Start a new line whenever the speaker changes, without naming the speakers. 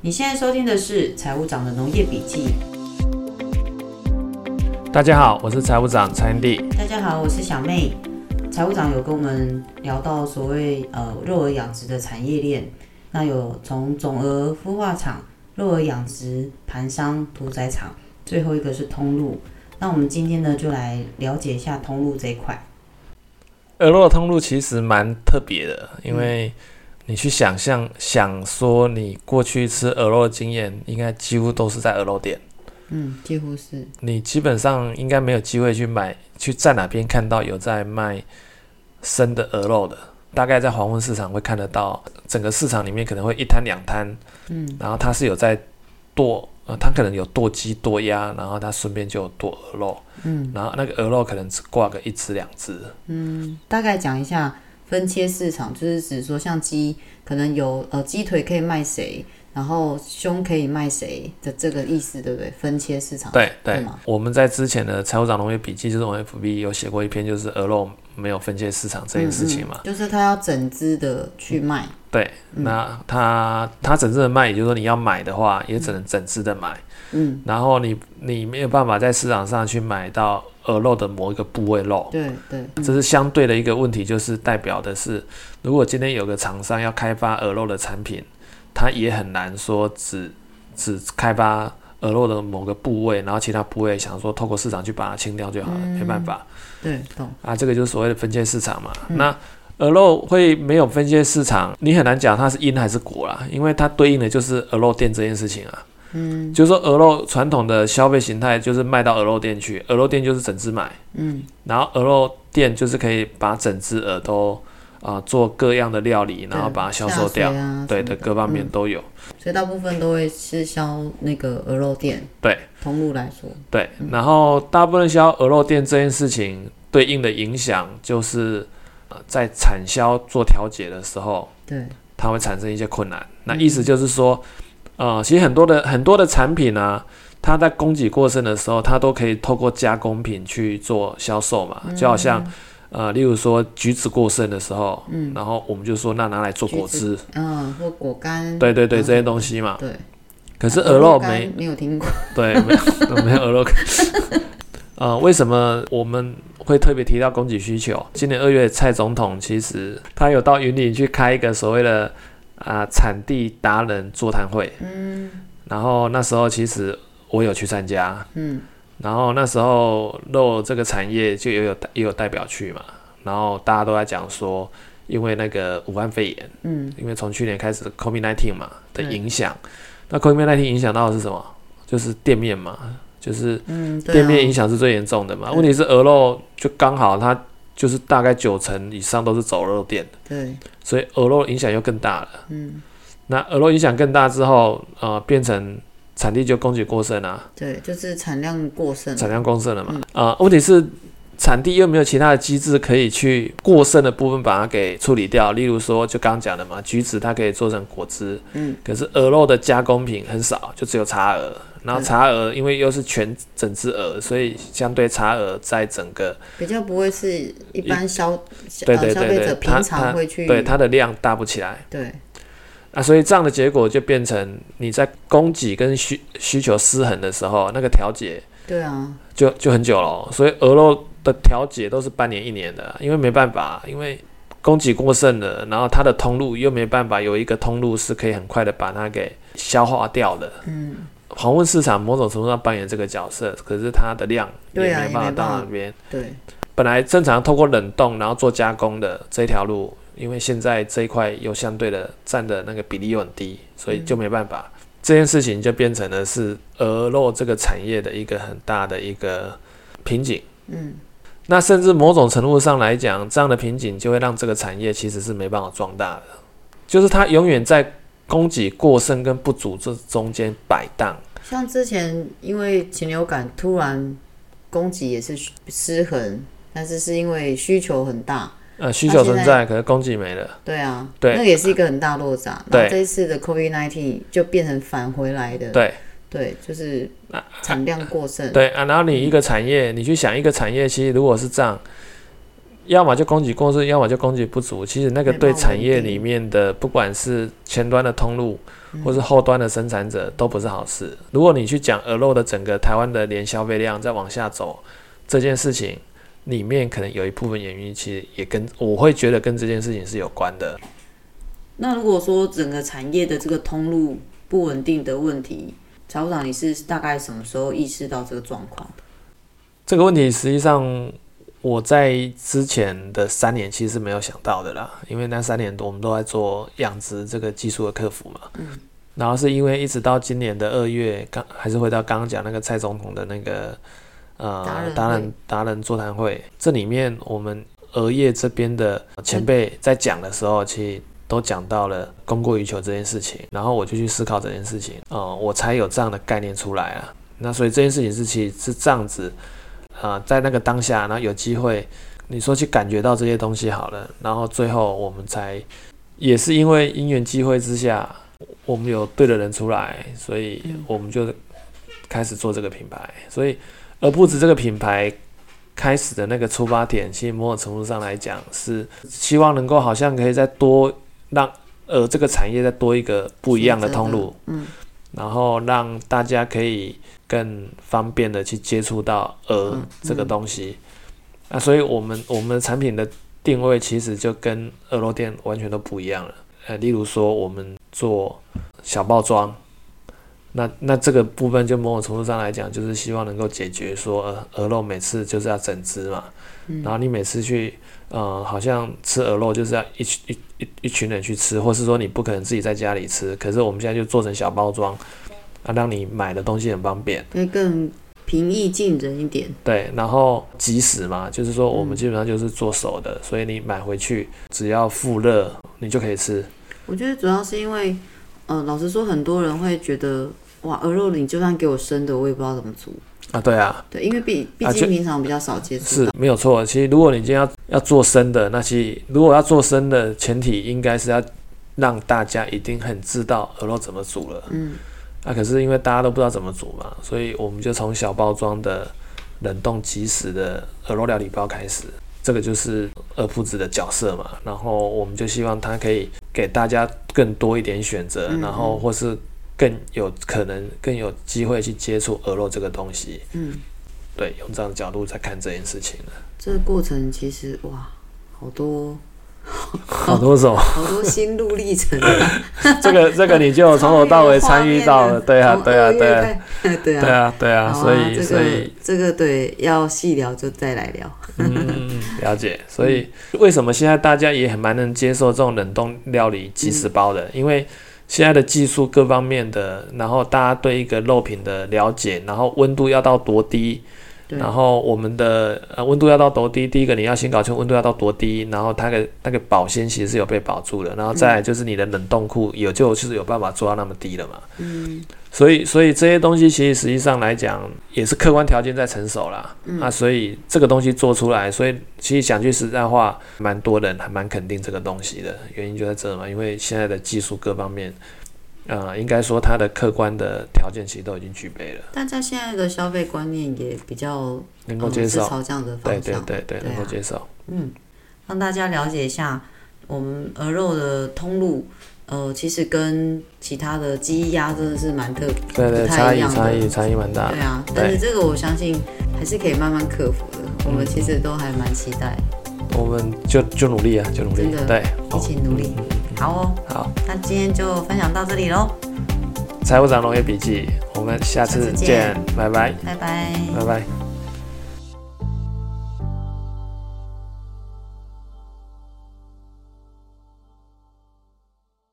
你现在收听的是财务长的农业笔记。
大家好，我是财务长蔡恩弟。
大家好，我是小妹。财务长有跟我们聊到所谓呃肉鹅养殖的产业链，那有从种鹅孵化场、肉鹅养殖、盘商、屠宰场，最后一个是通路。那我们今天呢，就来了解一下通路这一块。
鹅肉的通路其实蛮特别的，因为你去想象，想说你过去吃鹅肉的经验，应该几乎都是在鹅肉店，
嗯，几乎是
你基本上应该没有机会去买，去在哪边看到有在卖生的鹅肉的。大概在黄昏市场会看得到，整个市场里面可能会一摊两摊，
嗯，
然后它是有在剁，呃，它可能有剁鸡、剁鸭，然后它顺便就有剁鹅肉，
嗯，
然后那个鹅肉可能只挂个一只两只，
大概讲一下分切市场，就是指说像鸡，可能有呃鸡腿可以卖谁，然后胸可以卖谁的这个意思，对不对？分切市场，
对对
吗，
我们在之前的财务长农业笔记，就是我们 FB 有写过一篇，就是鹅肉没有分界市场这件事情嘛。
嗯嗯就是他要整只的去卖，
对，
嗯
那它它整只的卖，也就是说你要买的话，也只能整只的买。
嗯，
然后你你没有办法在市场上去买到鹅肉的某一个部位肉，
对对，
这是相对的一个问题，就是代表的是，如果今天有个厂商要开发鹅肉的产品，它也很难说只只开发鹅肉的某个部位，然后其他部位想说透过市场去把它清掉就好了，没办法
对，懂，
啊，这个就是所谓的分界市场嘛。那鹅肉会没有分界市场，你很难讲它是因还是果啦，因为它对应的就是鹅肉店这件事情啊。嗯，就是说鹅肉传统的消费形态就是卖到鹅肉店去，鹅肉店就是整只买。
嗯
然后鹅肉店就是可以把整只鹅都啊、呃做各样的料理，然后把它销售掉，
下水啊，
对
什么
的，各方面都有。
所以大部分都会是销那个鹅肉店，
对，
通路来说，
对，然后大部分销鹅肉店这件事情对应的影响就是、呃在产销做调节的时候，
对，
它会产生一些困难。
嗯
那意思就是说，呃，其实很多的很多的产品啊，它在供给过剩的时候，它都可以透过加工品去做销售嘛，
嗯
就好像。呃，例如说橘子过剩的时候，嗯，然后我们就说那拿来做果汁，
嗯，或果干，
对对对，
嗯
这些东西嘛。
对，啊
可是鹅肉
干
没
没有听过，
对，没有没有鹅 肉。呃，为什么我们会特别提到供给需求？今年二月，蔡总统其实他有到云林去开一个所谓的啊、产地达人座谈会，
嗯
然后那时候其实我有去参加，
嗯
然后那时候肉这个产业就也有也有代表去嘛，然后大家都在讲说，因为那个武汉肺炎，
嗯，
因为从去年开始 COVID-19 嘛的
对
影响，那 COVID-19 影响到的是什么？就是店面嘛，就是
嗯，对啊
店面影响是最严重的嘛。
对
问题是鹅肉就刚好它就是大概九成以上都是走肉店，
对，
所以鹅肉影响又更大了。
嗯，
那鹅肉影响更大之后，呃，变成产地就供给过剩啊，
对，就是产量过剩，
产量过剩了嘛。
嗯
啊、问题是产地又没有其他的机制可以去过剩的部分把它给处理掉。例如说，就刚刚讲的嘛，橘子它可以做成果汁，
嗯，
可是鹅肉的加工品很少，就只有茶鹅。然后茶鹅因为又是全整只鹅，所以相对茶鹅在整个
比较不会是一般消消
对
呃
对
消
对
费
对
者
它
平
它
常会去
对它的量搭不起来。
对
啊，所以这样的结果就变成你在供给跟需需求失衡的时候，那个调节
对啊，
就就很久了哦、所以鹅肉的调节都是半年一年的，因为没办法，因为供给过剩了，然后它的通路又没办法有一个通路是可以很快的把它给消化掉的。
嗯，
黄昏市场某种程度上扮演这个角色，可是它的量也
对啊也
没办法
没
到
办法
那边。
对，
本来正常透过冷冻然后做加工的这条路，因为现在这一块又相对的占的那个比例又很低，所以就没办法。这件事情就变成了是鹅肉这个产业的一个很大的一个瓶颈。
嗯，
那甚至某种程度上来讲，这样的瓶颈就会让这个产业其实是没办法壮大的，就是它永远在供给过剩跟不足这中间摆荡。
像之前因为禽流感突然供给也是失失衡，但是是因为需求很大，
呃，需求
那现在
存在，可是供给没了。
对啊，
对
那个也是一个很大落差。
对
那这一次的 COVID nineteen 就变成返回来的，
对，
对，就是产量过剩，
对啊，然后你一个产业，你去想一个产业，其实如果是这样，要么就供给过剩，要么就供给不足。其实那个
没
对
办法
产业
稳定嗯
里面的，不管是前端的通路，或是后端的生产者，都不是好事。如果你去讲鹅肉的整个台湾的年消费量再往下走，这件事情里面可能有一部分原因，其实也跟我会觉得跟这件事情是有关的。
那如果说整个产业的这个通路不稳定的问题，财务长你是大概什么时候意识到这个状况？
这个问题实际上我在之前的三年其实是没有想到的啦，因为那三年我们都在做养殖这个技术的克服嘛。嗯。然后是因为一直到今年的二月，刚还是回到刚刚讲那个蔡总统的那个
达人
呃
会
达人达人座谈会，这里面我们鹅业这边的前辈在讲的时候，其实都讲到了供过于求这件事情，然后我就去思考这件事情，呃，我才有这样的概念出来啊。那所以这件事情是其实是这样子，啊、在那个当下，然后有机会，你说去感觉到这些东西好了，然后最后我们才也是因为因缘机会之下，我们有对的人出来，所以
嗯
我们就开始做这个品牌。所以，而不止这个品牌开始的那个出发点，其实某种程度上来讲是希望能够好像可以再多让呃这个产业再多一个不一样的通路，
嗯，
然后让大家可以更方便的去接触到鹅
嗯
这个东西。那所以我们我们的产品的定位其实就跟鹅肉店完全都不一样了。呃，例如说我们做小包装，那那这个部分就某种程度上来讲，就是希望能够解决说呃鹅肉每次就是要整只嘛，
嗯
然后你每次去，呃，好像吃鹅肉就是要一群一一一群人去吃，或是说你不可能自己在家里吃。可是我们现在就做成小包装，啊，让你买的东西很方便。
可以更平易近人一点。
对，然后即食嘛，就是说我
嗯
们基本上就是做熟的，所以你买回去只要复热，你就可以吃。
我觉得主要是因为，呃，老实说，很多人会觉得，哇，鹅肉你就算给我生的，我也不知道怎么煮。
啊，对啊，
对，因为毕毕
啊就
竟平常比较少接触
是
到。
没有错。其实如果你今天要要做生的，那其实如果要做生的前提应该是要让大家一定很知道鹅肉怎么煮了。
嗯。
那、可是因为大家都不知道怎么煮嘛，所以我们就从小包装的冷冻即食的鹅肉料理包开始。这个就是鹅铺子的角色嘛，然后我们就希望它可以给大家更多一点选择，
嗯
然后或是更有可能更有机会去接触鹅肉这个东西。
嗯，
对，用这样的角度在看这件事情了。
这个过程其实哇，好多
好多种，
好多心路历程啊，
哦这个这个你就哦从头到尾参与 到 了，对啊，
从
对啊，
二月
对啊，
开， 对
对
啊，
啊，对啊，
好
所以
这
所
个
以
这个对，要细聊就再来聊。
嗯，了解。所以为什么现在大家也很蛮能接受这种冷冻料理即食包的？因为现在的技术各方面的，然后大家对一个肉品的了解，然后温度要到多低，
对，
然后我们的呃温度要到多低？第一个你要先搞清楚温度要到多低，然后它的那个保鲜其实是有被保住的，然后再来就是你的冷冻库有就就是有办法做到那么低了嘛。
嗯，
所以所以这些东西其实实际上来讲也是客观条件在成熟啦。
嗯
啊，所以这个东西做出来，所以其实讲句实在话，蛮多人还蛮肯定这个东西的，原因就在这嘛，因为现在的技术各方面。呃，应该说它的客观的条件其实都已经具备了，
大家现在的消费观念也比较
能够
嗯
接
是
受，
朝这样的
对
方
对
向，
对对，
对
能够
啊
接受。
嗯，让大家了解一下我们鹅肉的通路。呃，其实跟其他的鸡鸭真的是蛮特
对对，
啊不
差
太一
异
样的
差异差异蛮大的
对。啊，
对嗯
但是这个我相信还是可以慢慢克服的。我们其实都还蛮期待，
我们就就努力啊，就努力
真的。
对，
一起努力。好哦，
好，
那今天就分享到这里喽，
财务长农业笔记，我们下次
下次见
见，拜拜，
拜拜。
拜拜。